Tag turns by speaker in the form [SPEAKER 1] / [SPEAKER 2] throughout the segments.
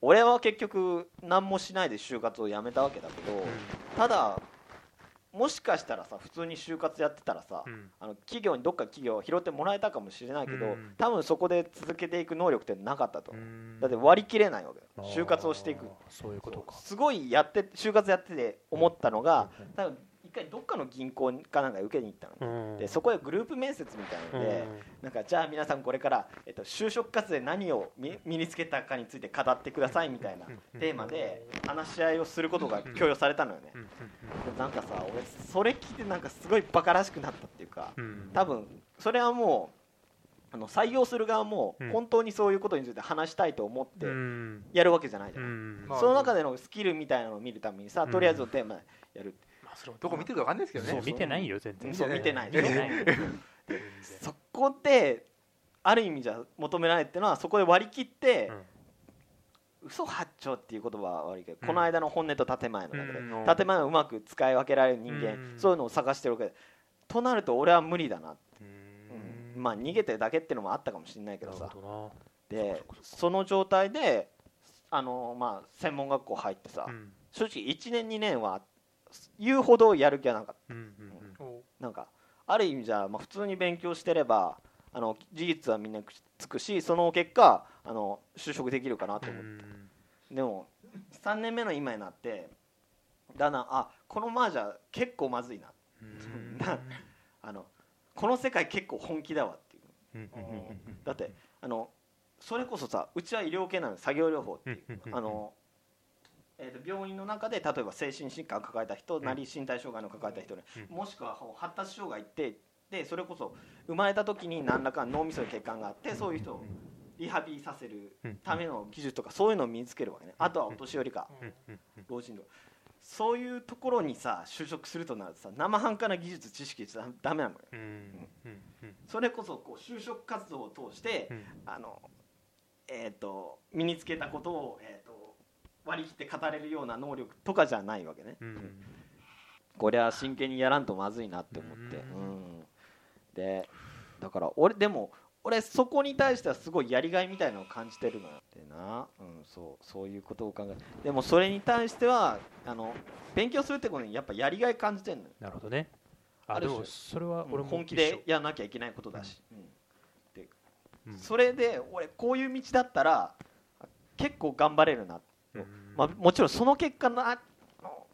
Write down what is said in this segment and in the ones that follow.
[SPEAKER 1] 俺は結局何もしないで就活をやめたわけだけど、ただもしかしたらさ普通に就活やってたらさ、
[SPEAKER 2] うん
[SPEAKER 1] あの企業にどっか企業を拾ってもらえたかもしれないけど、
[SPEAKER 2] うん
[SPEAKER 1] 多分そこで続けていく能力ってなかったと、
[SPEAKER 2] うん
[SPEAKER 1] だって割り切れないわけ
[SPEAKER 2] あ
[SPEAKER 1] だ
[SPEAKER 2] ー
[SPEAKER 1] 就活をしていく
[SPEAKER 2] そういうことか
[SPEAKER 1] すごいやって就活やってて思ったのが、
[SPEAKER 2] うん
[SPEAKER 1] 多分一回どっかの銀行かなんか受けに行ったの、
[SPEAKER 2] うん
[SPEAKER 1] でそこでグループ面接みたいなので、なんかじゃあ皆さんこれから、えっと、就職活動で何を身身につけたかについて語ってくださいみたいな
[SPEAKER 2] うん
[SPEAKER 1] テーマで話し合いをすることが強要されたのよね
[SPEAKER 2] うん
[SPEAKER 1] でなんかさ俺それ聞いてなんかすごいバカらしくなったっていうか
[SPEAKER 2] うんうん
[SPEAKER 1] 多分それはもうあの採用する側も
[SPEAKER 2] うん
[SPEAKER 1] 本当にそういうことについて話したいと思って
[SPEAKER 2] うん
[SPEAKER 1] やるわけじゃないじゃ
[SPEAKER 2] う
[SPEAKER 1] ない、
[SPEAKER 2] ん
[SPEAKER 3] まあ
[SPEAKER 1] その中でのスキルみたいなのを見るためにさ
[SPEAKER 2] うん
[SPEAKER 1] とりあえずのテーマやる、
[SPEAKER 2] まあそれは
[SPEAKER 3] どこ見てるかわかんないですけどね
[SPEAKER 2] そう見てないよ全然
[SPEAKER 1] そう見てない
[SPEAKER 2] 見てない
[SPEAKER 1] そこである意味じゃ求められるっていうのはそこで割り切って、嘘八丁っていう言葉は悪いけど、
[SPEAKER 2] うん
[SPEAKER 1] この間の本音と建前の中で、
[SPEAKER 2] うん
[SPEAKER 1] 建前をうまく使い分けられる人間、
[SPEAKER 2] うん
[SPEAKER 1] そういうのを探してるわけでとなると俺は無理だな、
[SPEAKER 2] うん
[SPEAKER 1] まあ逃げてるだけってのもあったかもしれないけどさ
[SPEAKER 2] なるほ
[SPEAKER 1] でその状態であのまあ専門学校入ってさ、
[SPEAKER 2] どなうん
[SPEAKER 1] 正直1年2年は言うほどやる気はなかっ
[SPEAKER 2] うんうん
[SPEAKER 3] お
[SPEAKER 1] たなんかある意味じゃ、まあ、普通に勉強してればあの事実はみんなくっつくしその結果あの就職できるかなと
[SPEAKER 2] う
[SPEAKER 1] 思って。
[SPEAKER 2] ん
[SPEAKER 1] でも3年目の今になってだなあこのマージャ結構まずいな
[SPEAKER 2] うん
[SPEAKER 1] なあのこの世界結構本気だわっていう
[SPEAKER 2] うんうんうんうん
[SPEAKER 1] だってあのそれこそさうちは医療系なので作業療法っていう
[SPEAKER 2] うんうんうん
[SPEAKER 1] あの、えー、と病院の中で例えば精神疾患を抱えた人なり身体障害の抱えた人、ね
[SPEAKER 2] う
[SPEAKER 1] もしくは発達障害ってでそれこそ生まれた時に何らかの脳みそに血管があってそういう人をリハビリさせるための技術とかそういうのを身につけるわけねあとはお年寄りか
[SPEAKER 2] うんうんうん
[SPEAKER 1] 老人とかそういうところにさ就職するとなるとさ生半可な技術知識じゃダメなのよ
[SPEAKER 2] うんうんうん
[SPEAKER 1] それこそこう就職活動を通して
[SPEAKER 2] うん
[SPEAKER 1] あのえー、と身につけたことを、えー、と割り切って語れるような能力とかじゃないわけね、
[SPEAKER 2] うん
[SPEAKER 1] これは真剣にやらんとまずいなって思って
[SPEAKER 2] う
[SPEAKER 1] うんでだから俺でも俺そこに対してはすごいやりがいみたいなのを感じてるのよでな、うん、そうそういうことを考えでもそれに対してはあの勉強するってことにやっぱやりがい感じてるのよ
[SPEAKER 2] なるほどねあ
[SPEAKER 1] ある
[SPEAKER 2] で
[SPEAKER 1] 種
[SPEAKER 2] もそれは俺
[SPEAKER 1] 俺
[SPEAKER 2] も
[SPEAKER 1] 本気でやらなきゃいけないことだし、うん
[SPEAKER 2] 一緒うん
[SPEAKER 1] それで俺こういう道だったら結構頑張れるな、
[SPEAKER 2] うん
[SPEAKER 1] まあ、もちろんその結果な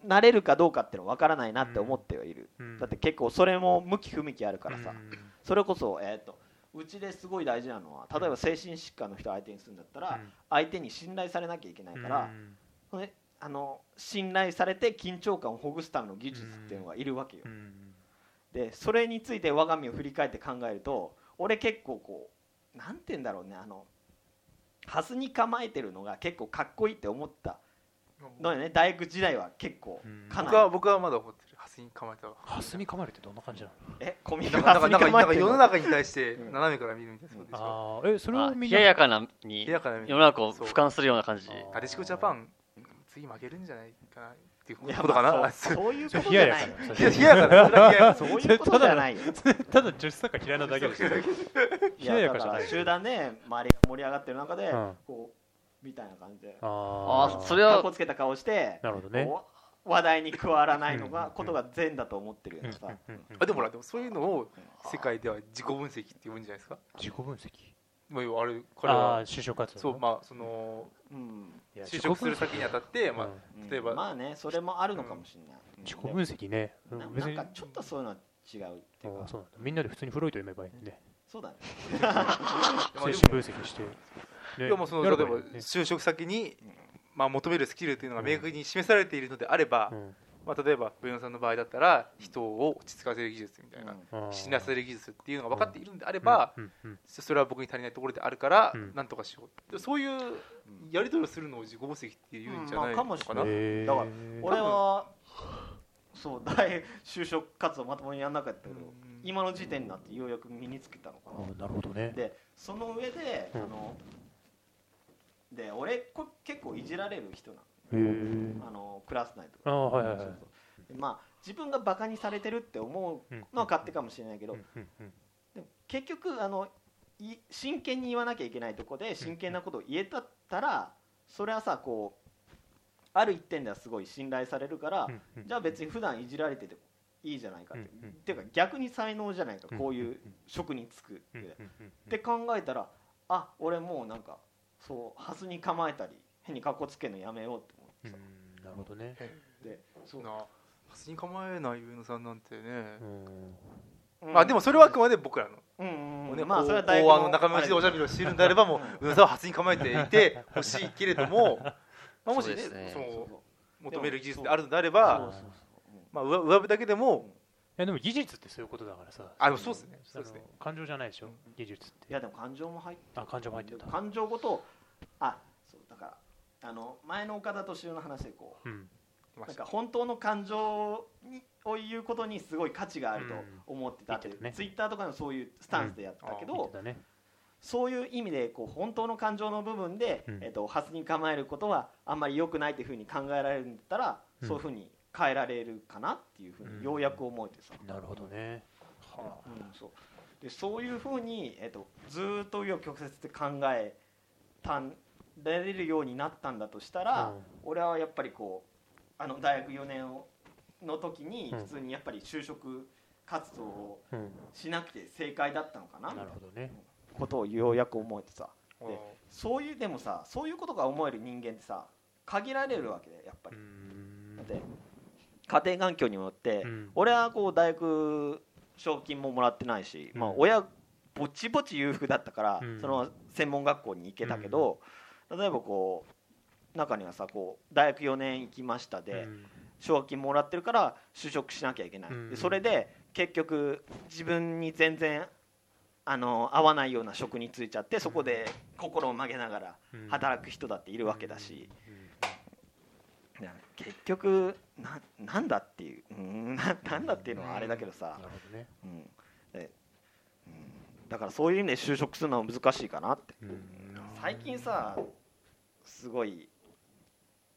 [SPEAKER 1] なれるかどうかっていうのは分からないなって思ってはいる、
[SPEAKER 2] うん
[SPEAKER 1] だって結構それも向き不向きあるからさ、
[SPEAKER 2] うん
[SPEAKER 1] それこそ、えー、とうちですごい大事なのは例えば精神疾患の人相手にするんだったら、相手に信頼されなきゃいけないから、
[SPEAKER 2] うん
[SPEAKER 1] それあの信頼されて緊張感をほぐすための技術っていうのがいるわけよ、
[SPEAKER 2] うん
[SPEAKER 1] でそれについて我が身を振り返って考えると俺結構こうなんて言うんだろうねあのハスに構えてるのが結構かっこいいって思ったのよね大学時代は結構
[SPEAKER 2] うん
[SPEAKER 1] かな
[SPEAKER 3] 僕
[SPEAKER 1] り、
[SPEAKER 3] は僕はまだ思ってるハスに構えたわ
[SPEAKER 2] はすみかまるってどんな感じなの
[SPEAKER 1] えコミ
[SPEAKER 3] な
[SPEAKER 1] カ
[SPEAKER 3] んか
[SPEAKER 1] ハ
[SPEAKER 3] な
[SPEAKER 1] ス
[SPEAKER 3] んか
[SPEAKER 1] に
[SPEAKER 3] なん
[SPEAKER 1] 構えて
[SPEAKER 3] かなんか
[SPEAKER 1] る
[SPEAKER 3] 世の
[SPEAKER 1] の
[SPEAKER 3] 中に対して
[SPEAKER 1] うん
[SPEAKER 3] 斜めから見るみたいなそうでしょ
[SPEAKER 2] ああえそれ
[SPEAKER 4] ま
[SPEAKER 2] を
[SPEAKER 4] あ
[SPEAKER 2] み
[SPEAKER 4] 冷
[SPEAKER 2] んな
[SPEAKER 4] ややかなに
[SPEAKER 3] 冷やから見
[SPEAKER 4] 世
[SPEAKER 3] る
[SPEAKER 4] の中を
[SPEAKER 3] そう
[SPEAKER 4] 俯瞰するような感じ
[SPEAKER 2] あ
[SPEAKER 3] なでしこジャパン次負けるんじゃないかなっていうこ
[SPEAKER 1] いや
[SPEAKER 3] とか
[SPEAKER 1] まあ
[SPEAKER 3] な
[SPEAKER 1] そうそういうこ
[SPEAKER 2] それ
[SPEAKER 1] とじ
[SPEAKER 2] 冷
[SPEAKER 1] ゃ
[SPEAKER 2] や
[SPEAKER 1] ない
[SPEAKER 2] や
[SPEAKER 1] よ
[SPEAKER 2] かな
[SPEAKER 3] 冷や冷ややからそれは冷やや
[SPEAKER 1] そ
[SPEAKER 3] から
[SPEAKER 1] ういうことじゃないよ
[SPEAKER 2] ただ女子サッカー嫌いなだけですよ
[SPEAKER 1] い
[SPEAKER 2] 冷や
[SPEAKER 1] や
[SPEAKER 2] や
[SPEAKER 1] だ
[SPEAKER 2] かじ
[SPEAKER 1] か
[SPEAKER 2] ゃな
[SPEAKER 1] ら
[SPEAKER 2] い
[SPEAKER 1] 集団で周りが盛り上がってる中で、
[SPEAKER 2] うん
[SPEAKER 1] こうみたいな感じで
[SPEAKER 2] あ
[SPEAKER 4] あ
[SPEAKER 2] ー
[SPEAKER 4] それは
[SPEAKER 1] かっこつけた顔して、
[SPEAKER 2] なるほどね
[SPEAKER 1] こう話題に加わらないの
[SPEAKER 2] うんうん
[SPEAKER 1] が
[SPEAKER 2] うん
[SPEAKER 1] ことが善だと思ってるよねさ、
[SPEAKER 2] うんうんうん
[SPEAKER 3] あでもほらでもそういうの
[SPEAKER 1] う
[SPEAKER 3] を
[SPEAKER 1] ん
[SPEAKER 3] 世界では自己分析って呼ぶんじゃないですか
[SPEAKER 2] 自己分析
[SPEAKER 3] まあ要はあれ彼
[SPEAKER 2] ああ
[SPEAKER 3] は
[SPEAKER 2] 就職活動
[SPEAKER 3] そうまあその
[SPEAKER 1] うん
[SPEAKER 2] いや
[SPEAKER 3] 就職する
[SPEAKER 2] 自己
[SPEAKER 3] 先にあたって
[SPEAKER 2] 分析
[SPEAKER 3] まあ
[SPEAKER 1] うん
[SPEAKER 3] 例えば
[SPEAKER 1] まあねそれもあるのかもしれない、うん
[SPEAKER 2] 自己分析ね
[SPEAKER 1] でも
[SPEAKER 2] 別
[SPEAKER 1] な
[SPEAKER 2] に
[SPEAKER 1] な
[SPEAKER 2] あ
[SPEAKER 1] んかちょっとそういうのは違うっていう
[SPEAKER 2] ー
[SPEAKER 1] か
[SPEAKER 2] そうなんだみんなで普通にフロイト読めばいいね
[SPEAKER 1] そうだね
[SPEAKER 3] でも
[SPEAKER 2] 精
[SPEAKER 3] で
[SPEAKER 2] 神
[SPEAKER 3] も
[SPEAKER 2] 分析して
[SPEAKER 3] い
[SPEAKER 2] で
[SPEAKER 3] やもうその
[SPEAKER 2] や
[SPEAKER 3] 例え
[SPEAKER 2] れ
[SPEAKER 3] ば
[SPEAKER 2] ばいいね
[SPEAKER 3] 就職先にまあ求めるスキルというのが明確に示されているのであれば
[SPEAKER 2] うん
[SPEAKER 3] まあ例えばブヨンさんの場合だったら人を落ち着かせる技術みたいな
[SPEAKER 1] うん
[SPEAKER 2] あー
[SPEAKER 3] 死なせる技術っていうのが分かっているのであれば
[SPEAKER 2] うんうん
[SPEAKER 3] そそれは僕に足りないところであるから、
[SPEAKER 2] うん
[SPEAKER 3] なんとかしようでそういうやり取りをするのを自己分析っていうんじゃないの
[SPEAKER 1] うんまあ
[SPEAKER 3] か
[SPEAKER 1] か
[SPEAKER 3] な、
[SPEAKER 1] もし
[SPEAKER 2] へー
[SPEAKER 1] だから俺はそう大就職活動まともにやんなかったけど
[SPEAKER 3] うん
[SPEAKER 1] 今の時点になってようやく身につけたのか
[SPEAKER 2] あ
[SPEAKER 1] な
[SPEAKER 2] ーなるほどね
[SPEAKER 1] でその上であ
[SPEAKER 2] うん
[SPEAKER 1] ので俺こ結構いじられる人な
[SPEAKER 2] へー
[SPEAKER 1] のあのクラス内とか
[SPEAKER 2] あーはいはいは
[SPEAKER 1] そ
[SPEAKER 2] いう
[SPEAKER 1] そうでまあ自分がバカにされてるって思
[SPEAKER 2] うん
[SPEAKER 1] うのは勝手かもしれないけど
[SPEAKER 2] うんうんうん
[SPEAKER 1] でも結局あのい真剣に言わなきゃいけないとこで真剣なことを言えたったら、それはさこうある一点ではすごい信頼されるから、
[SPEAKER 2] うんうん
[SPEAKER 1] じゃあ別に普段いじられててもいいじゃないかって、
[SPEAKER 2] うんうん
[SPEAKER 1] っていうか逆に才能じゃないか、こういう職に就くって、
[SPEAKER 2] うんう
[SPEAKER 1] っ
[SPEAKER 2] んうん
[SPEAKER 1] て考えたらあ俺もうなんかそうはずに構えたり変にかっこつけるのやめようって思
[SPEAKER 2] う
[SPEAKER 1] ってさ、
[SPEAKER 2] んなるほどね。
[SPEAKER 1] でそ
[SPEAKER 3] そううなはずに構えない上野さんなんてね
[SPEAKER 2] う、ん
[SPEAKER 3] まあでもそれはあくまで僕らの
[SPEAKER 1] うんうんうん
[SPEAKER 3] ね、
[SPEAKER 1] まあそれは
[SPEAKER 3] 大
[SPEAKER 1] 大
[SPEAKER 3] 案の中身内でおしゃべりをしているんであればもう宇野さんは初に構えていてほしいけれども、まあ、もしねそ
[SPEAKER 4] そうですね
[SPEAKER 1] そう
[SPEAKER 3] の
[SPEAKER 1] そう
[SPEAKER 3] 求める技術であるのであれば、
[SPEAKER 1] そうそうそううん
[SPEAKER 3] まあ、上上辺だけでも
[SPEAKER 2] いやでも技術ってそういうことだからさ。
[SPEAKER 3] あでもそうですね
[SPEAKER 2] あ
[SPEAKER 3] そう
[SPEAKER 2] の
[SPEAKER 3] ですね
[SPEAKER 2] 感情じゃないでしょ
[SPEAKER 3] うん。
[SPEAKER 2] 技術っ
[SPEAKER 1] い
[SPEAKER 2] て。
[SPEAKER 1] やでも感情も入って
[SPEAKER 2] あ感情も入ってた。
[SPEAKER 1] 感情ごとあそうだからあの前の岡田敏夫の話でこ
[SPEAKER 2] うん。
[SPEAKER 1] うなんか本当の感情にを言うことにすごい価値があると思ってたっていう、
[SPEAKER 2] うん言ってたね
[SPEAKER 1] ツイッターとかのそういうスタンスでやったけど、
[SPEAKER 2] 言ってたね。
[SPEAKER 1] そういう意味でこう本当の感情の部分で、
[SPEAKER 2] うん
[SPEAKER 1] えっとハスに構えることはあんまり良くないっていうふうに考えられるんだったら、
[SPEAKER 2] うん
[SPEAKER 1] そういうふうに変えられるかなっていうふう
[SPEAKER 2] うん
[SPEAKER 1] にようやく思えてさ、
[SPEAKER 2] なるほどね。は
[SPEAKER 1] うん、そうでそういうふうに、えっとずーっと紆余曲折って考えたんられるようになったんだとしたら、
[SPEAKER 2] うん
[SPEAKER 1] 俺はやっぱりこうあの大学4年をの時に
[SPEAKER 2] うん
[SPEAKER 1] 普通にやっぱり就職活動を
[SPEAKER 2] あ。うん。
[SPEAKER 1] しなくて正解だったのかなみた
[SPEAKER 2] ないる
[SPEAKER 1] な
[SPEAKER 2] ほどね。
[SPEAKER 1] ことをようやく思えてさ
[SPEAKER 3] あ
[SPEAKER 1] でそういうでもさそういうことが思える人間ってさ限られるわけでやっぱ
[SPEAKER 2] う
[SPEAKER 1] り。
[SPEAKER 2] ん
[SPEAKER 1] だって家庭環境にもよって、
[SPEAKER 2] うん
[SPEAKER 1] 俺はこう大学賞金ももらってないし、
[SPEAKER 2] うん
[SPEAKER 1] まあ、親ぼちぼち裕福だったから、
[SPEAKER 2] うん
[SPEAKER 1] その専門学校に行けたけど、例えばこう中にはさこう大学4年行きましたで、
[SPEAKER 2] うん
[SPEAKER 1] 奨学金もらってるから就職しなきゃいけない、
[SPEAKER 2] うん
[SPEAKER 1] でそれで結局自分に全然あの合わないような職に就いちゃってそこで心を曲げながら
[SPEAKER 2] うん
[SPEAKER 1] 働く人だっているわけだし。
[SPEAKER 2] うん
[SPEAKER 1] いや結局ななんだっていううーんななんだっていうのはあれだけどさ
[SPEAKER 2] な、るほどね。
[SPEAKER 1] うんでうんだからそういう意味で就職するのは難しいかなって
[SPEAKER 2] うん
[SPEAKER 1] 最近さすごい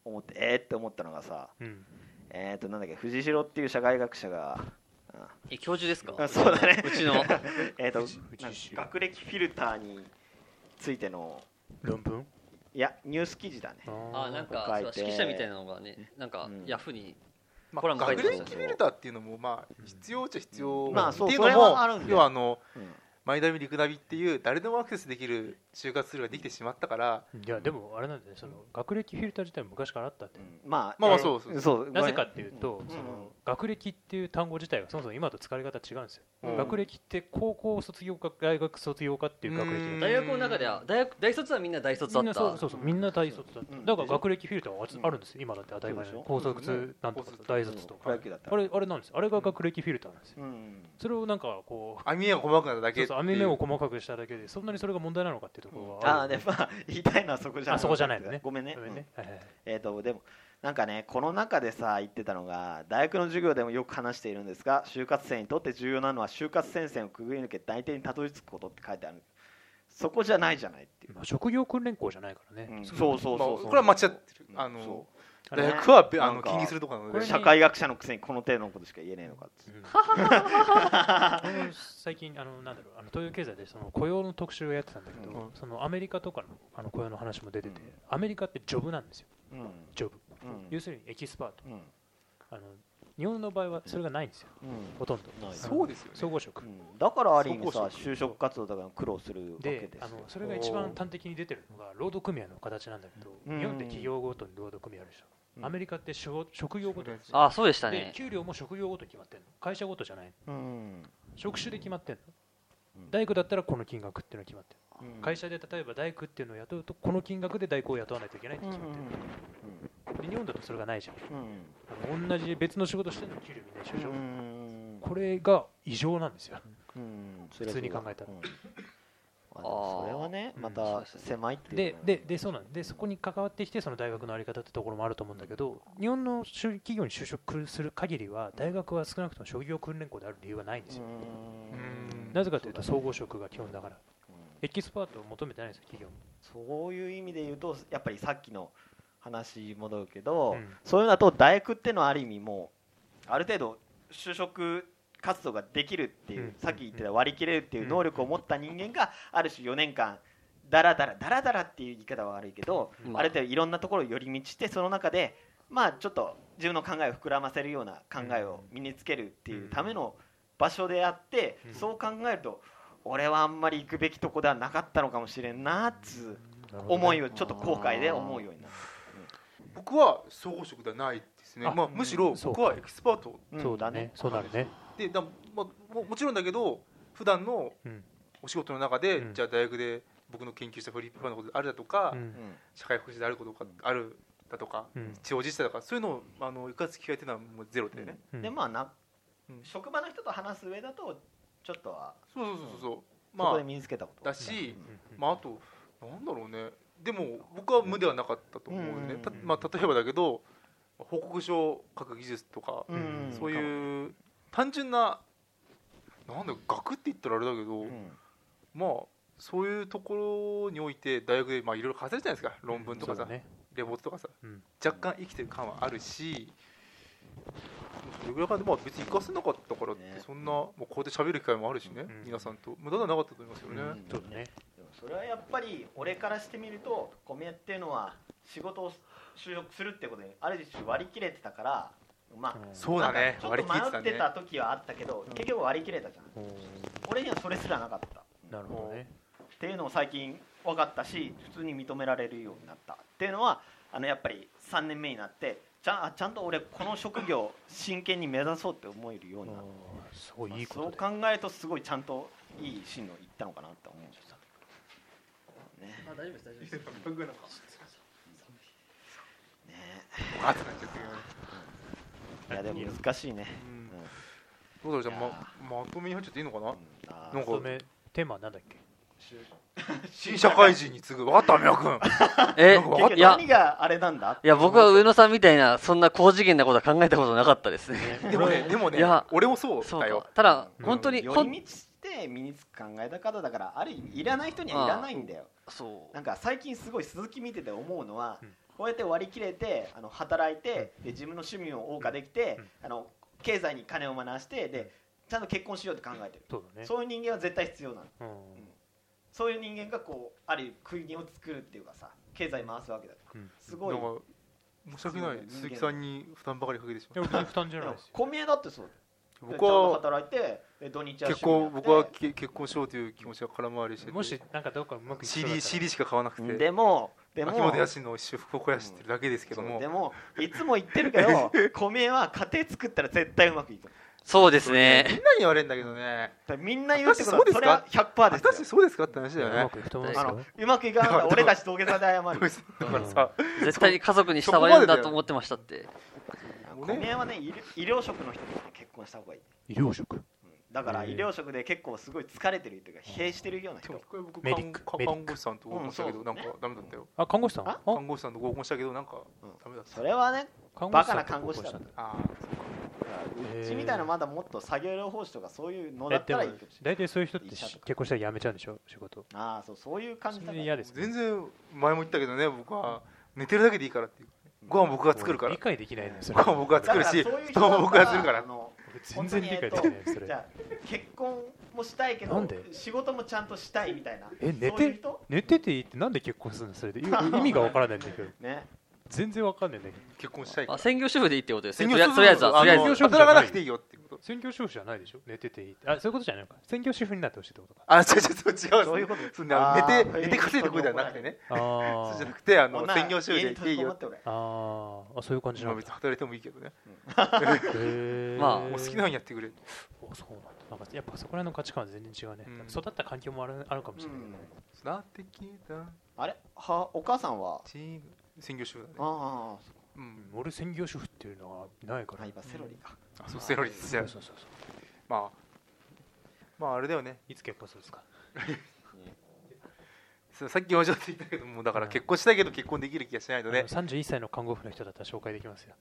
[SPEAKER 1] 思ってえー、って思ったのがさ
[SPEAKER 2] うん。
[SPEAKER 1] えー、となんだっけ藤代っていう社会学者があ
[SPEAKER 4] え教授ですか
[SPEAKER 1] あそうだね
[SPEAKER 4] うちの
[SPEAKER 1] えー、と
[SPEAKER 2] 藤
[SPEAKER 1] なん
[SPEAKER 2] 藤代
[SPEAKER 1] 学歴フィルターについての
[SPEAKER 2] 論文。
[SPEAKER 1] いやニュース記事だね
[SPEAKER 4] あなんか
[SPEAKER 1] 書い
[SPEAKER 4] そう
[SPEAKER 1] て
[SPEAKER 4] 指揮者みたいなのがねなんか
[SPEAKER 1] うん
[SPEAKER 4] ヤフーに
[SPEAKER 3] ま
[SPEAKER 4] コラ
[SPEAKER 3] あ、
[SPEAKER 4] ム書い
[SPEAKER 3] 学
[SPEAKER 4] てた
[SPEAKER 3] 歴フィルターっていうのもまあ必要っちゃ必要
[SPEAKER 1] うんまあそう
[SPEAKER 3] っていうの
[SPEAKER 1] それ
[SPEAKER 3] も
[SPEAKER 1] はあるんだよ
[SPEAKER 3] 要はあの
[SPEAKER 1] うん
[SPEAKER 3] マイナビリクナビっていう誰でもアクセスできる就活ツールができてしまったから
[SPEAKER 2] いやでもあれなんだよねその学歴フィルター自体も昔からあったって
[SPEAKER 1] うんまあ
[SPEAKER 3] まあまあ
[SPEAKER 1] えー
[SPEAKER 3] そうそう
[SPEAKER 1] そう
[SPEAKER 2] なぜか
[SPEAKER 1] ご
[SPEAKER 2] っていうと、
[SPEAKER 1] うん
[SPEAKER 2] そ
[SPEAKER 1] うんうん
[SPEAKER 2] の学歴っていう単語自体がそもそも今と使われ方違うんですよ、
[SPEAKER 3] うん
[SPEAKER 2] 学歴って高校卒業か大学卒業かっていう学歴
[SPEAKER 3] うん
[SPEAKER 2] だ
[SPEAKER 4] 大学の中では大学大卒はみんな大卒だ
[SPEAKER 2] みんな
[SPEAKER 4] った
[SPEAKER 2] そうそうそうみんな大卒だった、
[SPEAKER 1] うん
[SPEAKER 2] だから学歴フィルターはあつ
[SPEAKER 1] うん
[SPEAKER 2] あるんですよ今だって当たり前じゃない
[SPEAKER 1] そう
[SPEAKER 2] 高
[SPEAKER 1] でしょ
[SPEAKER 2] 卒なんとか
[SPEAKER 3] うん
[SPEAKER 2] 大
[SPEAKER 1] めん
[SPEAKER 2] 卒と
[SPEAKER 1] プロ
[SPEAKER 2] か、
[SPEAKER 1] 野球だった
[SPEAKER 2] あれあれなんですよあれが学歴フィルターなんですよ、
[SPEAKER 1] うん
[SPEAKER 2] それをなんかこう
[SPEAKER 3] 網目が細かくなるだけ
[SPEAKER 2] そうそう網目を
[SPEAKER 3] ってい
[SPEAKER 2] 細かくしただけでそんなにそれが問題なのかっていうところは
[SPEAKER 1] ああ
[SPEAKER 2] る
[SPEAKER 1] でまあ言いたいのはそこじゃない
[SPEAKER 2] あそこじゃないのね
[SPEAKER 1] ごめんね
[SPEAKER 2] ごめんね、はいはい
[SPEAKER 1] うんえっ、とでもなんかねこの中でさ言ってたのが大学の授業でもよく話しているんですが就活生にとって重要なのは就活戦線をくぐり抜け大抵にたどり着くことって書いてあるそこじゃないじゃないっていう、
[SPEAKER 2] まあ、職業訓練校じゃないからね、
[SPEAKER 1] うん
[SPEAKER 2] そ
[SPEAKER 1] そううそうそう
[SPEAKER 3] まあ
[SPEAKER 1] そう、
[SPEAKER 3] これは間違ってる
[SPEAKER 1] うん
[SPEAKER 3] あの
[SPEAKER 1] そ
[SPEAKER 2] あ
[SPEAKER 3] 大
[SPEAKER 2] れ
[SPEAKER 3] 学はべあ
[SPEAKER 1] なん
[SPEAKER 3] の
[SPEAKER 1] か
[SPEAKER 3] 気にするとこなの
[SPEAKER 2] こ
[SPEAKER 1] う
[SPEAKER 2] れ
[SPEAKER 3] で
[SPEAKER 2] に
[SPEAKER 1] 社会学者のくせにこの程度のことしか言えねえのかっつって
[SPEAKER 2] うん最近あのなんだろうあの東洋経済でその雇用の特集をやってたんだけど、
[SPEAKER 3] うん
[SPEAKER 2] そのアメリカとかのあの雇用の話も出てて、
[SPEAKER 1] うん
[SPEAKER 2] アメリカってジョブなんですよ
[SPEAKER 1] うんうん
[SPEAKER 2] ジョブ、
[SPEAKER 1] うん
[SPEAKER 2] 要するにエキスパート
[SPEAKER 1] うん
[SPEAKER 2] あの日本の場合はそれがないんですよほとんど
[SPEAKER 1] ない
[SPEAKER 3] そうですよね
[SPEAKER 2] 総合職、
[SPEAKER 1] うんだからある意味さ
[SPEAKER 3] そうこう
[SPEAKER 1] 就職活動だから苦労するわけ
[SPEAKER 2] で
[SPEAKER 1] ですよ
[SPEAKER 2] あのそれが一番端的に出てるのが労働組合の形なんだけど、
[SPEAKER 1] うん
[SPEAKER 2] 日本って企業ごとに労働組合あるでし
[SPEAKER 1] う
[SPEAKER 2] ょ、
[SPEAKER 1] ん
[SPEAKER 2] アメリカって職職業ごとに
[SPEAKER 3] そう
[SPEAKER 4] あそうでした
[SPEAKER 2] で
[SPEAKER 4] ね
[SPEAKER 2] 給料も職業ごとに決まってるの会社ごとじゃない
[SPEAKER 1] うん
[SPEAKER 2] 職種で決まってるの、
[SPEAKER 1] うん
[SPEAKER 2] 大工だったらこの金額っていうのが決まってる
[SPEAKER 1] うん
[SPEAKER 2] 会社で例えば大工っていうのを雇うとこの金額で大工を雇わないといけないって
[SPEAKER 1] うんう
[SPEAKER 2] 決
[SPEAKER 1] ん
[SPEAKER 2] まってる、で日本だとそれがないじゃん
[SPEAKER 1] うんうん
[SPEAKER 2] あの同じ別の仕事してるのに給料みんな一緒でしょ、
[SPEAKER 1] うん
[SPEAKER 2] これが異常なんですよ、
[SPEAKER 1] うん
[SPEAKER 2] 普通に考えたら
[SPEAKER 1] うんあでもそれはね
[SPEAKER 2] あー
[SPEAKER 1] ま
[SPEAKER 4] うんそ
[SPEAKER 1] た
[SPEAKER 4] うですね
[SPEAKER 1] 狭いっていう
[SPEAKER 2] で
[SPEAKER 1] のは
[SPEAKER 2] ででそうなんでそこに関わってきてその大学の在り方ってところもあると思うんだけど日本の就企業に就職する限りは大学は少なくとも職業訓練校である理由はないんですよ、
[SPEAKER 1] うん
[SPEAKER 2] なぜかというと
[SPEAKER 1] そう
[SPEAKER 2] 総合職が基本だから
[SPEAKER 1] だね
[SPEAKER 2] エキスパートを求めてないんですよ企業も
[SPEAKER 1] うんそういう意味で言うとやっぱりさっきの話戻るけど、
[SPEAKER 2] うん
[SPEAKER 1] そういうのだと大学ってのはある意味もうある程度就職活動ができるっていう、
[SPEAKER 2] うん
[SPEAKER 1] さっき言ってた割り切れるっていう能力を持った人間がある種4年間ダラダラダラダラっていう言い方は悪いけど、
[SPEAKER 4] まあ
[SPEAKER 1] ある程度いろんなところを寄り道してその中でまあちょっと自分の考えを膨らませるような考えを身につけるっていうための場所であって、
[SPEAKER 2] うん
[SPEAKER 1] そう考えると俺はあんまり行くべきとこではなかったのかもしれんなっつう思い
[SPEAKER 2] を
[SPEAKER 1] をちょっと後悔で思うようになる
[SPEAKER 3] 僕は総合職ではないですね
[SPEAKER 2] あ
[SPEAKER 3] まあ、むしろ
[SPEAKER 2] そう
[SPEAKER 3] 僕はエキスパート
[SPEAKER 1] ん
[SPEAKER 2] そうだね,、そうなるね、
[SPEAKER 3] でだ、まあ、ももちろんだけど普段の
[SPEAKER 2] うん
[SPEAKER 3] お仕事の中で、
[SPEAKER 2] うん
[SPEAKER 3] じゃあ大学で僕の研究したフリーペーパーのことであるだとか、
[SPEAKER 2] うん
[SPEAKER 1] うん
[SPEAKER 3] 社会福祉であることかあるだとか
[SPEAKER 2] うん
[SPEAKER 3] 地方自治体とかそういうのをあの生かす機会っていうのはもうゼロでね、
[SPEAKER 2] うん
[SPEAKER 1] でまあな
[SPEAKER 3] うん
[SPEAKER 1] 職場の人と話す上だとちょっとは
[SPEAKER 3] そうそうそうそう
[SPEAKER 1] そこ
[SPEAKER 3] ま
[SPEAKER 1] で身につけたこと
[SPEAKER 3] あだし、
[SPEAKER 2] うん
[SPEAKER 3] まあ、あとなんだろうねでも僕は無ではなかったと思うよね、
[SPEAKER 1] うん
[SPEAKER 3] たまあ、例えばだけど報告書を書く技術とか、
[SPEAKER 2] うん
[SPEAKER 3] そ
[SPEAKER 1] う
[SPEAKER 3] ういう単純ななんだ学って言ったらあれだけど、
[SPEAKER 1] ん
[SPEAKER 3] まあそういうところにおいて大学でまあいろいろ課せるじゃないですか論文とか
[SPEAKER 2] そ
[SPEAKER 3] さ、
[SPEAKER 2] うだね、
[SPEAKER 3] レポートとかさ
[SPEAKER 2] うん
[SPEAKER 3] 若干生きてる感はあるしそれぐらいかでまあ別に生かせなかったからっ
[SPEAKER 1] ね
[SPEAKER 3] てそんな、もうこうやって喋る機会もあるしね、
[SPEAKER 2] ん
[SPEAKER 3] 皆さんと無駄ではなかったと思いますよね、
[SPEAKER 2] うんそうだね
[SPEAKER 1] でもそれはやっぱり俺からしてみると米っていうのは仕事を就職するってことにある種割り切れてたからまあ
[SPEAKER 2] うん
[SPEAKER 3] そうだね
[SPEAKER 1] なんかちょっと迷
[SPEAKER 3] 割り切
[SPEAKER 1] っ
[SPEAKER 3] って
[SPEAKER 1] て
[SPEAKER 3] たね
[SPEAKER 1] た時はあったけど
[SPEAKER 3] うん
[SPEAKER 1] 結局割り切れたじゃん
[SPEAKER 2] おー
[SPEAKER 1] 俺にはそれすらなかった
[SPEAKER 2] なるほどね
[SPEAKER 1] っていうのを最近分かったし普通に認められるようになったっていうのはあのやっぱり3年目になってちゃんあちゃんと俺この職業真剣に目指そうって思えるようになった
[SPEAKER 2] おーすご
[SPEAKER 1] ま
[SPEAKER 2] い
[SPEAKER 1] あ
[SPEAKER 2] いいこ
[SPEAKER 1] そう
[SPEAKER 2] と
[SPEAKER 1] 考えるとすごいちゃんといい進路いったのかなって思うんですよね
[SPEAKER 4] 大丈夫です大丈夫です
[SPEAKER 1] ね
[SPEAKER 3] あってなっちゃったけどね
[SPEAKER 1] いやでも難しいね
[SPEAKER 3] うん
[SPEAKER 1] うん
[SPEAKER 3] どうだろうじゃあ
[SPEAKER 1] いや
[SPEAKER 3] ままとめに入っちゃっていいのかな、
[SPEAKER 1] あ
[SPEAKER 2] だ
[SPEAKER 3] なんか
[SPEAKER 2] とめテーマはなんだっけ
[SPEAKER 3] 新社会人に次ぐ分かった宮君
[SPEAKER 4] え
[SPEAKER 3] なんか
[SPEAKER 1] 結
[SPEAKER 4] い
[SPEAKER 1] 局
[SPEAKER 4] や
[SPEAKER 1] 何があれなんだ
[SPEAKER 4] いや僕は上野さんみたいなそんな高次元なことは考えたことなかったですね
[SPEAKER 3] でもねでもね
[SPEAKER 4] いや
[SPEAKER 3] 俺もそう
[SPEAKER 4] そう
[SPEAKER 3] だよ
[SPEAKER 4] かただ
[SPEAKER 2] うん
[SPEAKER 4] 本当にほ
[SPEAKER 1] 寄
[SPEAKER 4] ん
[SPEAKER 1] り道して身につく考え方だからある意味いらない人にはいらないんだよ
[SPEAKER 4] そう
[SPEAKER 1] なんか最近すごい鈴木見てて思うのは、
[SPEAKER 2] うん
[SPEAKER 1] こうやって割り切れてあの働いてで自分の趣味を謳歌できて、
[SPEAKER 2] うん
[SPEAKER 1] あの経済に金を回してでちゃんと結婚しようって考えてる、
[SPEAKER 2] そうだね
[SPEAKER 1] そういう人間は絶対必要なの
[SPEAKER 2] うん
[SPEAKER 1] そういう人間がこうある国を作るっていうかさ経済回すわけだから
[SPEAKER 2] うん
[SPEAKER 1] すごい
[SPEAKER 3] なんか申し訳ない鈴木さんに負担ばかりかけてし
[SPEAKER 2] い
[SPEAKER 3] ま
[SPEAKER 2] や
[SPEAKER 3] う
[SPEAKER 2] 別に負担じゃ
[SPEAKER 1] で
[SPEAKER 2] な
[SPEAKER 1] も
[SPEAKER 2] いですよ
[SPEAKER 1] 小宮だってそうだよ
[SPEAKER 3] 僕
[SPEAKER 1] ちゃんと
[SPEAKER 3] は
[SPEAKER 1] 働いてで土日は
[SPEAKER 3] 結
[SPEAKER 1] 趣味やっ
[SPEAKER 3] 構
[SPEAKER 1] て
[SPEAKER 3] 僕はけ結婚しようという気持ちが空回りしてて
[SPEAKER 2] もしなんかどうかうまくいきそうだったら
[SPEAKER 3] CD, CD しか買わなくて
[SPEAKER 1] でもでも
[SPEAKER 3] 秋元康の私服を肥やしてるだけですけど
[SPEAKER 1] そう
[SPEAKER 3] も、
[SPEAKER 1] でもいつも言ってるけど米は家庭作ったら絶対うまくいくだか
[SPEAKER 4] そうです
[SPEAKER 3] みん
[SPEAKER 4] ね
[SPEAKER 3] なに言われるんだけどね
[SPEAKER 1] らみんな言うってことは
[SPEAKER 3] 私
[SPEAKER 1] そ
[SPEAKER 3] そ
[SPEAKER 1] れ
[SPEAKER 3] うですか
[SPEAKER 1] は100%
[SPEAKER 3] 果
[SPEAKER 1] で
[SPEAKER 3] たし
[SPEAKER 1] す
[SPEAKER 3] て
[SPEAKER 1] よ
[SPEAKER 3] そうですかって話だよ
[SPEAKER 2] うま
[SPEAKER 3] ね
[SPEAKER 2] くいくと思います
[SPEAKER 1] あ
[SPEAKER 2] よ
[SPEAKER 1] のうまくいかなかったら俺たち土下座で謝る
[SPEAKER 3] だからさ、
[SPEAKER 4] 絶対に家族に従われるんだと思ってましたって
[SPEAKER 1] 米はね医療医療職の人と結婚した方がいい
[SPEAKER 2] 医療職
[SPEAKER 1] うんだから
[SPEAKER 2] へえ
[SPEAKER 1] 医療職で結構すごい疲れてるというか疲弊してるような
[SPEAKER 3] でも
[SPEAKER 1] 人
[SPEAKER 3] 一回僕
[SPEAKER 2] メリック
[SPEAKER 3] 看護
[SPEAKER 2] メリック
[SPEAKER 3] 看護師さんと合コンしたけど、
[SPEAKER 1] うん
[SPEAKER 3] な
[SPEAKER 1] そうん
[SPEAKER 3] かダメだったよ
[SPEAKER 2] あ看護師さん
[SPEAKER 1] あ
[SPEAKER 2] あ
[SPEAKER 3] 看護師さんと合コンしたけどなんか
[SPEAKER 1] うん
[SPEAKER 3] ダメだった
[SPEAKER 1] それはね
[SPEAKER 2] 看
[SPEAKER 1] バカな看護師だ
[SPEAKER 2] と
[SPEAKER 1] っ
[SPEAKER 2] 合コンしたんだ
[SPEAKER 3] あ
[SPEAKER 1] だから
[SPEAKER 2] へえ
[SPEAKER 1] うちみたいなまだもっと作業療法士とかそういうのだ
[SPEAKER 2] え
[SPEAKER 1] っ
[SPEAKER 2] で
[SPEAKER 1] た
[SPEAKER 2] も
[SPEAKER 1] らいいけど
[SPEAKER 2] 大体そういう人って
[SPEAKER 1] 医
[SPEAKER 2] し
[SPEAKER 1] 者とか
[SPEAKER 2] 結婚したら辞めちゃうんでしょ仕事
[SPEAKER 1] ああそうそういう感じ
[SPEAKER 2] そ
[SPEAKER 1] だ
[SPEAKER 2] れ
[SPEAKER 1] ね
[SPEAKER 2] 嫌で
[SPEAKER 3] あ
[SPEAKER 2] す
[SPEAKER 3] 全然前も言ったけどね僕は寝てるだけでいいからっていうご飯僕が作るから
[SPEAKER 2] 理解できないねそれ
[SPEAKER 3] ご飯僕が作るし
[SPEAKER 1] だからそういう
[SPEAKER 3] 布
[SPEAKER 1] 人
[SPEAKER 3] 団
[SPEAKER 1] だ
[SPEAKER 3] も
[SPEAKER 1] っ
[SPEAKER 3] 僕
[SPEAKER 1] た
[SPEAKER 3] がするか
[SPEAKER 1] らあ
[SPEAKER 3] ら
[SPEAKER 1] の
[SPEAKER 2] 全然理解できないねそ
[SPEAKER 1] じ
[SPEAKER 2] れ
[SPEAKER 1] ゃあ結婚もしたいけ
[SPEAKER 2] な
[SPEAKER 1] ど
[SPEAKER 2] んで
[SPEAKER 1] 仕事もちゃんとしたいみたいな
[SPEAKER 2] え寝
[SPEAKER 1] そういう
[SPEAKER 2] て
[SPEAKER 1] 人
[SPEAKER 2] 寝てていいってなんで結婚するのそれでい意味がわからないんだけど
[SPEAKER 1] ね
[SPEAKER 2] 全然わかんないんだけど
[SPEAKER 3] 結婚したいか
[SPEAKER 4] あ
[SPEAKER 3] ら
[SPEAKER 4] 専業主婦でいいってことです
[SPEAKER 3] 専
[SPEAKER 4] ね
[SPEAKER 3] 業
[SPEAKER 4] と
[SPEAKER 3] 主婦
[SPEAKER 4] りあとりあえずはとりあえず
[SPEAKER 3] あ
[SPEAKER 4] は
[SPEAKER 2] 専業
[SPEAKER 3] の
[SPEAKER 2] 主婦じゃない
[SPEAKER 3] 働かなくていいよっていうこと
[SPEAKER 2] 専業主婦じゃないでしょ寝てていいってあそういうことじゃないのか専業主婦になってほしいって ことか
[SPEAKER 3] あ違う違う違う
[SPEAKER 1] そういうこと
[SPEAKER 3] そんな寝て
[SPEAKER 1] あー
[SPEAKER 3] 寝て稼いでこいではなくてね
[SPEAKER 2] あ
[SPEAKER 3] そうじゃ
[SPEAKER 2] ー
[SPEAKER 3] なくてあの
[SPEAKER 1] 女
[SPEAKER 3] 専業主婦
[SPEAKER 1] 家
[SPEAKER 3] で
[SPEAKER 1] に
[SPEAKER 3] いて
[SPEAKER 1] 閉
[SPEAKER 3] い
[SPEAKER 1] じこ
[SPEAKER 3] いよ
[SPEAKER 1] もっ
[SPEAKER 3] って
[SPEAKER 1] て俺
[SPEAKER 2] あーあそういう感じ
[SPEAKER 3] ま
[SPEAKER 2] な
[SPEAKER 3] あ
[SPEAKER 2] んだ
[SPEAKER 3] 別に働いてもいいけどね
[SPEAKER 4] ま あ
[SPEAKER 3] もう好きなようにやってくれ
[SPEAKER 2] おそうなんだなんかやっぱそこら辺の価値観は全然違うね、
[SPEAKER 3] うん
[SPEAKER 2] 育った環境もあるあるかもしれないけどね、
[SPEAKER 3] なってきた
[SPEAKER 1] あれはお母さんは
[SPEAKER 3] チーム専業主婦だね
[SPEAKER 1] ああ
[SPEAKER 2] う
[SPEAKER 3] う
[SPEAKER 2] ん
[SPEAKER 3] ん
[SPEAKER 2] 俺専業主婦っていうのはないから、
[SPEAKER 1] あ今セロリか
[SPEAKER 3] あそうセロリですじゃあ
[SPEAKER 2] そうそうそうそう
[SPEAKER 3] まあまああれだよね
[SPEAKER 2] いつ結婚するんですか
[SPEAKER 3] そうさっきおっしゃっていたけどもうだから結婚したいけど結婚できる気がしないの
[SPEAKER 2] あ
[SPEAKER 3] で
[SPEAKER 2] の31歳の看護婦の人だったら紹介できますよ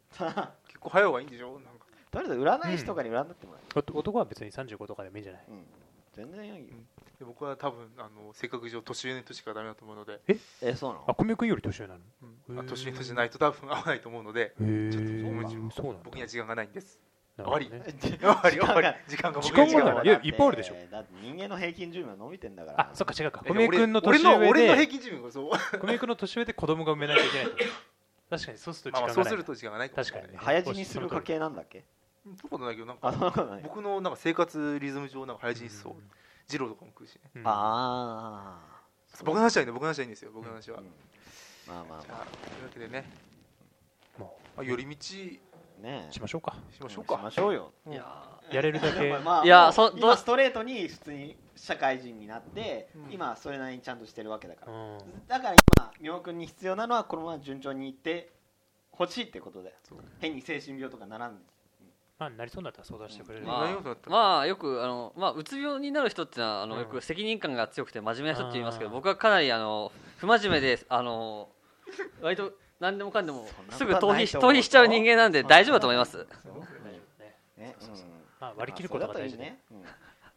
[SPEAKER 3] 結婚早い方がいいんでしょなんか
[SPEAKER 1] とりあえず占い師とかに占ってもら
[SPEAKER 2] お男は別に35とかでもいいんじゃない
[SPEAKER 1] え、うん全然いいよ
[SPEAKER 3] で僕は多分あの性格上年上の人しかダメだと思うので、
[SPEAKER 1] えそうな
[SPEAKER 2] あ小宮君より年上なの
[SPEAKER 3] うん
[SPEAKER 2] へー
[SPEAKER 3] あ年上の人じゃないと多分合わないと思うので
[SPEAKER 2] へえ
[SPEAKER 3] ちょっと
[SPEAKER 2] そう
[SPEAKER 3] そう
[SPEAKER 2] なんだ
[SPEAKER 3] 僕には時間がないんです
[SPEAKER 2] なる
[SPEAKER 3] 終
[SPEAKER 2] ほ
[SPEAKER 3] わ
[SPEAKER 2] ど
[SPEAKER 3] り
[SPEAKER 2] ね
[SPEAKER 3] 終わり終わり時間が僕
[SPEAKER 2] 時間
[SPEAKER 3] に
[SPEAKER 2] が
[SPEAKER 3] 時間が
[SPEAKER 2] ない
[SPEAKER 3] ない
[SPEAKER 2] いやいっぱいあるでしょ
[SPEAKER 1] だって人間の平均寿命は伸びてんだから
[SPEAKER 2] あそっか違うか
[SPEAKER 3] え
[SPEAKER 2] 小宮君の年
[SPEAKER 3] 俺
[SPEAKER 2] 上
[SPEAKER 3] の俺の平
[SPEAKER 2] で
[SPEAKER 3] 均寿命がそう
[SPEAKER 2] 小宮君の年上で子供が産めないといけないってこと確かにそうすると
[SPEAKER 3] まあ
[SPEAKER 2] 時間が
[SPEAKER 3] まあそう
[SPEAKER 2] ない
[SPEAKER 3] すると時間がない
[SPEAKER 2] 確かにね
[SPEAKER 1] 早死にする家系なんだっけ
[SPEAKER 3] そんなことないけどなん
[SPEAKER 1] あ
[SPEAKER 3] か
[SPEAKER 1] そんなことない
[SPEAKER 3] 僕のなんか生活リズム上なんか早死にしそう
[SPEAKER 2] う
[SPEAKER 3] 二郎とかも食うしね
[SPEAKER 2] んうん
[SPEAKER 1] ああ
[SPEAKER 3] 僕の話はいいね僕の話はいいんですよ僕の話は
[SPEAKER 1] まあまあ
[SPEAKER 3] じゃ
[SPEAKER 1] ま
[SPEAKER 3] あというわけでね
[SPEAKER 2] も
[SPEAKER 3] まあ寄り道し
[SPEAKER 1] あね
[SPEAKER 2] うしましょうか
[SPEAKER 3] ましょう
[SPEAKER 1] し
[SPEAKER 3] か
[SPEAKER 1] ましょうよ
[SPEAKER 4] いや
[SPEAKER 2] やれるだけ
[SPEAKER 1] まあまあ
[SPEAKER 4] いや
[SPEAKER 1] もう
[SPEAKER 4] そど
[SPEAKER 1] 今
[SPEAKER 4] う
[SPEAKER 1] ストレートに普通に社会人になって
[SPEAKER 3] うん
[SPEAKER 1] 今それなりにちゃんとしてるわけだか
[SPEAKER 2] う
[SPEAKER 1] ら
[SPEAKER 2] ん
[SPEAKER 1] だから今美穂君に必要なのはこのまま順調にいってほしいってことだよ
[SPEAKER 3] そう
[SPEAKER 1] 変に精神病とかならんで
[SPEAKER 2] まあなりそうになったら相談してくれる
[SPEAKER 4] まあ
[SPEAKER 3] 何事だった
[SPEAKER 4] まあよくあの、まあ、うつ病になる人ってのはあの、
[SPEAKER 2] うん
[SPEAKER 4] よく責任感が強くて真面目な人って言いますけど
[SPEAKER 2] あー
[SPEAKER 4] 僕はかなりあの不真面目であの割と何でもかんでも
[SPEAKER 1] そんな
[SPEAKER 4] す
[SPEAKER 1] こ
[SPEAKER 4] ぐ
[SPEAKER 1] と
[SPEAKER 4] 逃
[SPEAKER 1] はな
[SPEAKER 4] 避
[SPEAKER 1] い
[SPEAKER 4] し
[SPEAKER 1] と思う
[SPEAKER 4] 逃避しちゃう人間なんで
[SPEAKER 1] ん
[SPEAKER 4] 大丈夫だと思います
[SPEAKER 2] 大丈夫ね
[SPEAKER 1] ね
[SPEAKER 2] そうそうそう
[SPEAKER 1] うん
[SPEAKER 2] まあ割り切ることが大事
[SPEAKER 1] まあ
[SPEAKER 2] ね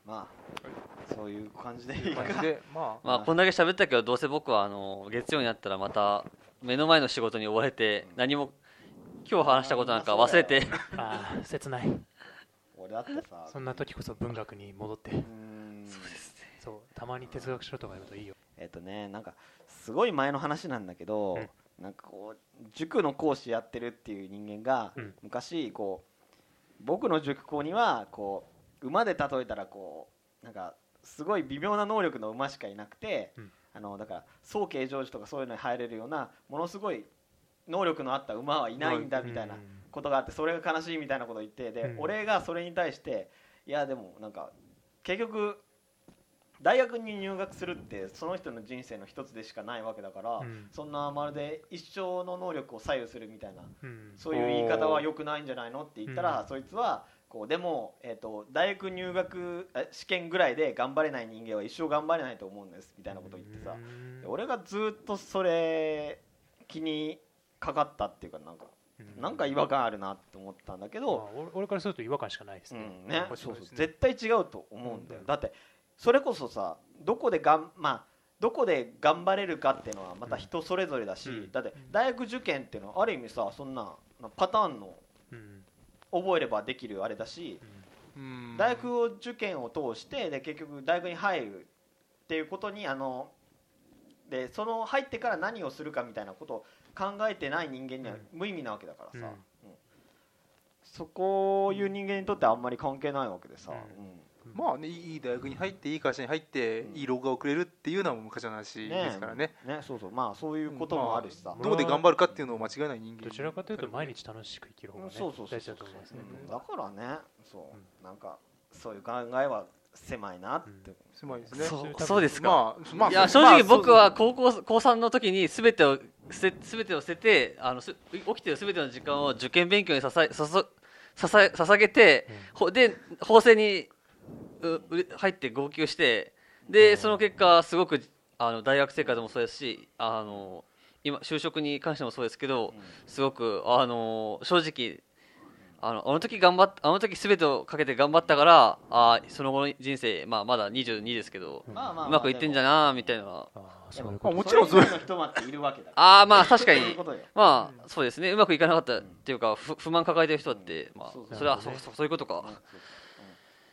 [SPEAKER 1] そうだったらいいねうんまあそういう感じでいいか
[SPEAKER 3] 感じでまあ
[SPEAKER 4] まあこんだけ喋ったけどどうせ僕はあの月曜になったらまた目の前の仕事に追われて何も今日話したことなんか忘れて
[SPEAKER 2] ああ切ない
[SPEAKER 1] 俺だってさ
[SPEAKER 2] そんな時こそ文学に戻って
[SPEAKER 1] うーん
[SPEAKER 2] そうたまに哲学書とか読むといいよ
[SPEAKER 1] えっとねなんかすごい前の話なんだけど、
[SPEAKER 2] うん
[SPEAKER 1] なんかこう塾の講師やってるっていう人間が、
[SPEAKER 2] うん
[SPEAKER 1] 昔こう僕の塾講にはこう馬で例えたらこうなんかすごい微妙な能力の馬しかいなくて、
[SPEAKER 2] うん
[SPEAKER 1] あのだから早慶上司とかそういうのに入れるようなものすごい能力のあった馬はいないんだみたいな
[SPEAKER 2] うん
[SPEAKER 1] ことがあってそれが悲しいみたいなことを言ってで、
[SPEAKER 2] うん
[SPEAKER 1] 俺がそれに対していやでもなんか結局大学に入学するってその人の人生の一つでしかないわけだから、
[SPEAKER 2] うん
[SPEAKER 1] そんなまるで一生の能力を左右するみたいな
[SPEAKER 2] うん
[SPEAKER 1] そういう言い方は良くないんじゃないのって言ったら、
[SPEAKER 2] うん
[SPEAKER 1] そいつはこうでも、えー、と大学入学え試験ぐらいで頑張れない人間は一生頑張れないと思うんですみたいなことを言ってさ、
[SPEAKER 2] うん
[SPEAKER 1] で俺がずっとそれ気にかかったっていうかなんか
[SPEAKER 2] うん
[SPEAKER 1] なんか違和感あるなって思ったんだけど、
[SPEAKER 2] まあ俺俺からすると違和感しかないです
[SPEAKER 1] う
[SPEAKER 2] ね
[SPEAKER 1] んね
[SPEAKER 3] 面
[SPEAKER 1] そ
[SPEAKER 3] 白
[SPEAKER 1] う
[SPEAKER 3] いですね
[SPEAKER 1] そう絶対違うと思うんだよ、
[SPEAKER 2] うん
[SPEAKER 1] だってそれこそさどこでがんまあどこで頑張れるかっていうのはまた人それぞれだし、
[SPEAKER 2] うん
[SPEAKER 1] だって大学受験っていうのはある意味さそんなパターンの
[SPEAKER 2] うん
[SPEAKER 1] 覚えればできるあれだし
[SPEAKER 2] う、ん
[SPEAKER 3] うん
[SPEAKER 1] 大学を受験を通してで結局大学に入るっていうことにあのでその入ってから何をするかみたいなことを考えてない人間には無意味なわけだからさ、うんそこいう人間にとってあんまり関係ないわけでさ、
[SPEAKER 2] う
[SPEAKER 1] うん
[SPEAKER 3] まあねいい大学に入っていい会社に入って
[SPEAKER 1] うん
[SPEAKER 3] いい廊下をくれるっていうのはもう昔の話
[SPEAKER 1] ねえ
[SPEAKER 3] ですからね
[SPEAKER 1] ね、そうそうまあそういうこともあるしさ、
[SPEAKER 2] まあ
[SPEAKER 3] どこで頑張るかっていうのを間違いない人間
[SPEAKER 2] どちらかというと毎
[SPEAKER 3] 日
[SPEAKER 2] 日楽しく生きる方が
[SPEAKER 1] うん
[SPEAKER 2] ね
[SPEAKER 1] そうそうそう
[SPEAKER 2] 大事だと思いますね
[SPEAKER 1] うん
[SPEAKER 2] 僕
[SPEAKER 1] だ
[SPEAKER 2] は
[SPEAKER 1] からねそう、
[SPEAKER 2] う
[SPEAKER 1] なんかそういう考えは狭いなって、
[SPEAKER 3] 狭いですね
[SPEAKER 4] そ
[SPEAKER 2] そういう多
[SPEAKER 4] う
[SPEAKER 2] 分
[SPEAKER 4] そうですか、
[SPEAKER 3] まあまあ
[SPEAKER 4] いや正
[SPEAKER 3] まあ
[SPEAKER 4] 直僕は高校高3の時に全てを捨て全てを捨ててあのす起きてる全ての時間を受験勉強に捧え注捧え捧げて
[SPEAKER 2] うん
[SPEAKER 4] ほで法政にうう入って号泣して
[SPEAKER 2] う
[SPEAKER 4] で
[SPEAKER 2] ん
[SPEAKER 4] その結果すごくあの大学生活もそうですしあの今就職に関してもそうですけどすごくあの正直あのあの時頑張っあの時全てをかけて頑張ったからあその後の人生、まあ、まだ22ですけど
[SPEAKER 2] うん
[SPEAKER 1] まあまあ、
[SPEAKER 4] うまくいってんじゃ
[SPEAKER 1] い
[SPEAKER 4] なみたいな
[SPEAKER 2] ああ
[SPEAKER 1] で
[SPEAKER 2] そう
[SPEAKER 1] も
[SPEAKER 2] いう
[SPEAKER 1] で
[SPEAKER 2] こ
[SPEAKER 1] も
[SPEAKER 2] と
[SPEAKER 3] もちろん
[SPEAKER 1] それ以外の人まっているわけだ
[SPEAKER 4] ああまあ確かに
[SPEAKER 1] そういうことよ
[SPEAKER 4] まあそうですねうまくいかなかったっていうか不不満抱えてる人だって、ま
[SPEAKER 1] そうそう
[SPEAKER 4] あ、それは
[SPEAKER 2] なるほ
[SPEAKER 4] そ
[SPEAKER 2] どね
[SPEAKER 4] そそういうことか
[SPEAKER 1] うん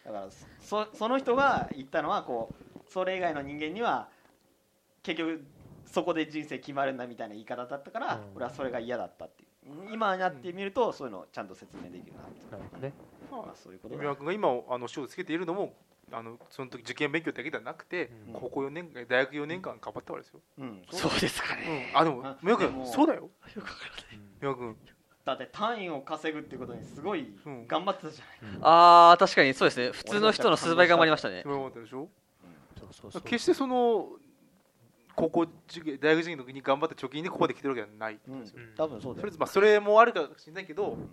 [SPEAKER 1] だからそその人が言ったのはこうそれ以外の人間には結局そこで人生決まるんだみたいな言い方だったから、
[SPEAKER 2] うん
[SPEAKER 1] 俺はそれが嫌だったっていう今になってみるとそういうのをちゃんと説明できるなって、
[SPEAKER 2] なるほどね
[SPEAKER 1] まあ、そういうことだ
[SPEAKER 3] 三輪君が今あの賞をつけているのもあのその時受験勉強だけではなくて、
[SPEAKER 2] うん
[SPEAKER 3] 高校4年間大学4年間頑張ったわけですよ、
[SPEAKER 1] うん、そ
[SPEAKER 4] そ
[SPEAKER 1] うう
[SPEAKER 4] ですかね
[SPEAKER 3] あでも
[SPEAKER 1] あ
[SPEAKER 3] 三輪
[SPEAKER 1] でも
[SPEAKER 3] 君そうだよ
[SPEAKER 2] うん
[SPEAKER 3] 三輪君
[SPEAKER 1] だって単位を稼ぐっていうことにすごい
[SPEAKER 3] うん
[SPEAKER 1] 頑張ってたじゃ
[SPEAKER 4] あー確かにそうですね普通の人の数倍頑張りましたね
[SPEAKER 3] すごい頑張ったでしょ
[SPEAKER 2] そうそうそう
[SPEAKER 3] 決してその高校受験大学受験の時に頑張った貯金でここで来てるわけじゃない
[SPEAKER 1] ない、
[SPEAKER 3] そう
[SPEAKER 1] うん、多分そう
[SPEAKER 3] と
[SPEAKER 1] だ
[SPEAKER 3] りあえ
[SPEAKER 1] よ
[SPEAKER 3] ずまあそれもあるかもしれないけど、
[SPEAKER 1] うん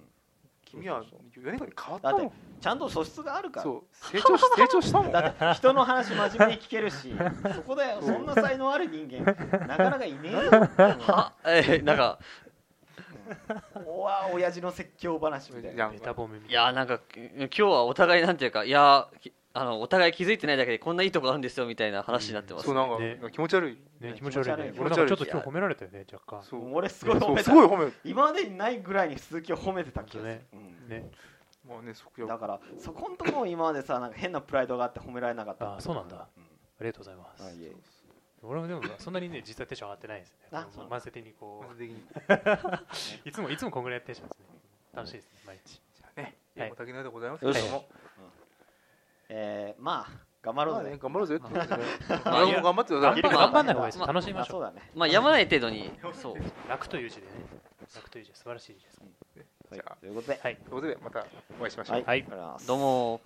[SPEAKER 3] 君は
[SPEAKER 1] そう
[SPEAKER 3] 4年間に変わっ
[SPEAKER 1] だ
[SPEAKER 3] た
[SPEAKER 1] って
[SPEAKER 3] も
[SPEAKER 1] ちゃんと素質があるから
[SPEAKER 3] んそう成 長し成長したもん
[SPEAKER 1] だって人の話真面目に聞けるしそこでそんな才能ある人間なかなかいねえよ
[SPEAKER 4] はえ ーなんか
[SPEAKER 1] おわ親父の説教話みたい
[SPEAKER 3] いや
[SPEAKER 1] な
[SPEAKER 2] ベタ褒めみたい
[SPEAKER 4] い
[SPEAKER 2] な
[SPEAKER 4] やなんか今日はお互いなんていうかいやーきあのお互い気づいてないだけでこんないいとこあるんですよみたいな話になってます、
[SPEAKER 3] そうなんか、
[SPEAKER 2] ね
[SPEAKER 3] 気持ち悪い
[SPEAKER 2] ね気持ち悪いね
[SPEAKER 1] 気持
[SPEAKER 2] 俺
[SPEAKER 3] ち
[SPEAKER 2] な
[SPEAKER 3] 悪い
[SPEAKER 2] んかちょっと今日褒められたよね若干
[SPEAKER 3] そう
[SPEAKER 1] 俺すごい
[SPEAKER 3] そ
[SPEAKER 1] 褒
[SPEAKER 3] う
[SPEAKER 1] め
[SPEAKER 3] す
[SPEAKER 1] た
[SPEAKER 3] ごい褒める
[SPEAKER 1] 今までにないぐらいに鈴木を褒めてた気がする、うん
[SPEAKER 2] ね
[SPEAKER 3] まあねそこや
[SPEAKER 1] だからそこんとこも今までさなんか変なプライドがあって褒められなかった
[SPEAKER 2] あそうなんだ、
[SPEAKER 1] う
[SPEAKER 2] ありがとうございます、
[SPEAKER 1] あいえ
[SPEAKER 2] 俺もでもそんなにね実はテンション上がってないですね
[SPEAKER 1] あそう
[SPEAKER 2] 慢性的にこ
[SPEAKER 3] まずできんじ
[SPEAKER 2] ういつもいつもこんぐらいやってンションですね楽しいですね毎日
[SPEAKER 3] ゃあね
[SPEAKER 2] はい
[SPEAKER 3] おたけないでございますけれども
[SPEAKER 1] えー、まあ頑張ろ
[SPEAKER 3] ま
[SPEAKER 1] う
[SPEAKER 3] あ
[SPEAKER 1] ぜ、
[SPEAKER 3] ね頑張ろうぜってことですね
[SPEAKER 4] まあ
[SPEAKER 3] 俺も頑張ってください
[SPEAKER 4] まあ
[SPEAKER 2] 頑張んない方がいいです、
[SPEAKER 4] まあ
[SPEAKER 2] 楽しみまし
[SPEAKER 1] そ
[SPEAKER 2] ょ
[SPEAKER 1] う
[SPEAKER 2] う
[SPEAKER 1] だね
[SPEAKER 4] まあやまない程度にそう
[SPEAKER 2] 楽という字でね楽という字素晴らしい字です
[SPEAKER 1] はい
[SPEAKER 3] じゃあ
[SPEAKER 1] ということで
[SPEAKER 2] はい
[SPEAKER 3] ということでまたお会いしましょう
[SPEAKER 1] はい、
[SPEAKER 2] は
[SPEAKER 1] あ
[SPEAKER 2] い
[SPEAKER 1] りがとうございます
[SPEAKER 4] どうも